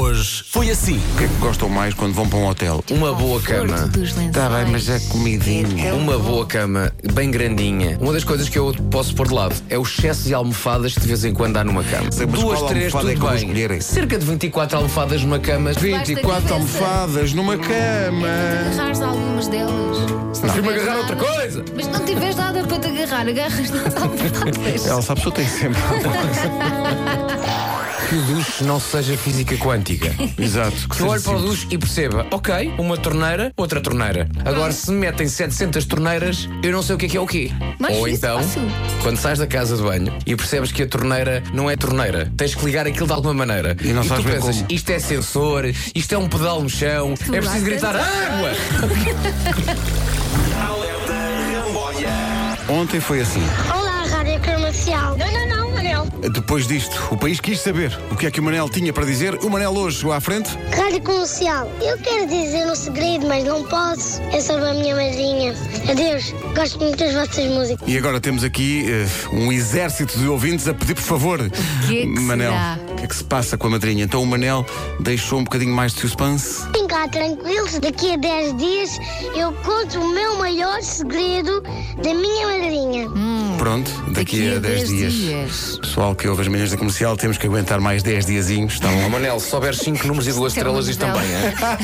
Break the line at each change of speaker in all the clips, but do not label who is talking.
Hoje foi assim.
O que é que gostam mais quando vão para um hotel?
Uma boa cama.
Está bem, mas é comidinha.
Uma boa cama, bem grandinha. Uma das coisas que eu posso pôr de lado é o excesso de almofadas que de vez em quando há numa cama.
Sim, mas
Duas,
qual
três,
almofada
tudo
é que vão
bem.
escolherem?
Cerca de 24 almofadas numa cama.
24
Basta
almofadas numa cama.
Agarrares algumas delas. Se
Fui-me
tiveres
agarrar outra
nada-
coisa.
Mas não tiveres nada para te agarrar, agarras nas
tá
almofadas.
Ela sabe, a pessoa tem sempre.
Que o duche não seja física quântica.
Exato. que
Eu olho
seja
para o
assim.
duche e perceba, ok, uma torneira, outra torneira. Agora, se me metem 700 torneiras, eu não sei o que é que é o quê.
Mas
Ou
isso é
então,
fácil.
quando sais da casa de banho e percebes que a torneira não é torneira, tens que ligar aquilo de alguma maneira.
E não
tu
sabes bem
pensas,
como.
isto é sensor, isto é um pedal no chão, é preciso
gostas
gritar
de-
água!
Ontem foi assim.
Olá, Rádio Comercial. Não, não, não, Manel.
Depois disto, o país quis saber o que é que o Manel tinha para dizer. O Manel hoje chegou à frente.
Rádio Comercial. Eu quero dizer um segredo, mas não posso. É sobre a minha madrinha. Adeus. Gosto muito das vossas músicas.
E agora temos aqui eh, um exército de ouvintes a pedir por favor.
que é que
Manel,
será?
o que é que se passa com a madrinha? Então o Manel deixou um bocadinho mais de suspense.
Fiquem cá tranquilos. Daqui a 10 dias eu conto o meu maior segredo da minha madrinha.
Pronto, Hum. daqui, a 10 dias. Pessoal que ouve as manhãs da comercial, temos que aguentar mais 10 diazinhos, está
Ó
bom?
Manel, se souberes 5 números e duas
Isto é uma
estrelas, diz também,
novela.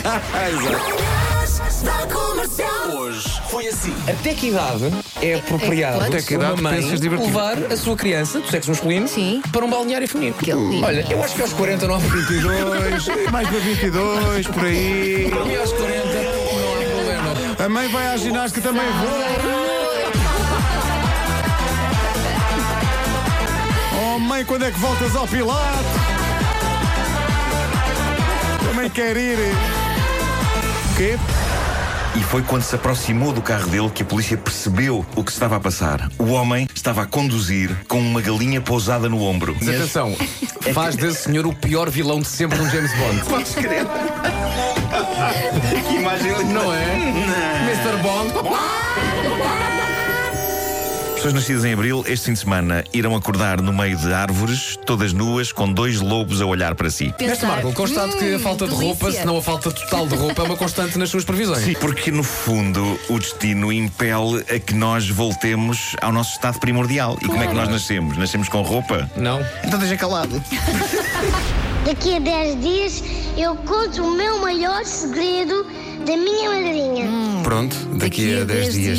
é?
Hoje foi assim.
Até que idade é apropriado
pode? Até
que idade
uma mãe
pensas divertido?
levar a sua criança do sexo masculino
Sim.
para um balneário feminino?
lindo.
Olha, eu acho que aos 49
22, mais para 22, por aí.
e aos 40 não há problema.
A mãe vai à ginástica também. Vou. Oh mãe, quando é que voltas ao Pilates? Também quer ir. O quê?
E foi quando se aproximou do carro dele que a polícia percebeu o que se estava a passar. O homem estava a conduzir com uma galinha pousada no ombro.
Mas atenção, faz desse senhor o pior vilão de sempre no James Bond.
Podes crer? que imagem
Não é? Mr. Bond.
Pessoas nascidas em abril, este fim de semana, irão acordar no meio de árvores, todas nuas, com dois lobos a olhar para si.
Neste Marco, constato que a falta de roupa, se não a falta total de roupa, é uma constante nas suas previsões.
Porque, no fundo, o destino impele a que nós voltemos ao nosso estado primordial. E como é que nós nascemos? Nascemos com roupa?
Não?
Então deixa calado.
Daqui a 10 dias eu conto o meu maior segredo da minha madrinha.
Pronto,
é
daqui, a 10 dias.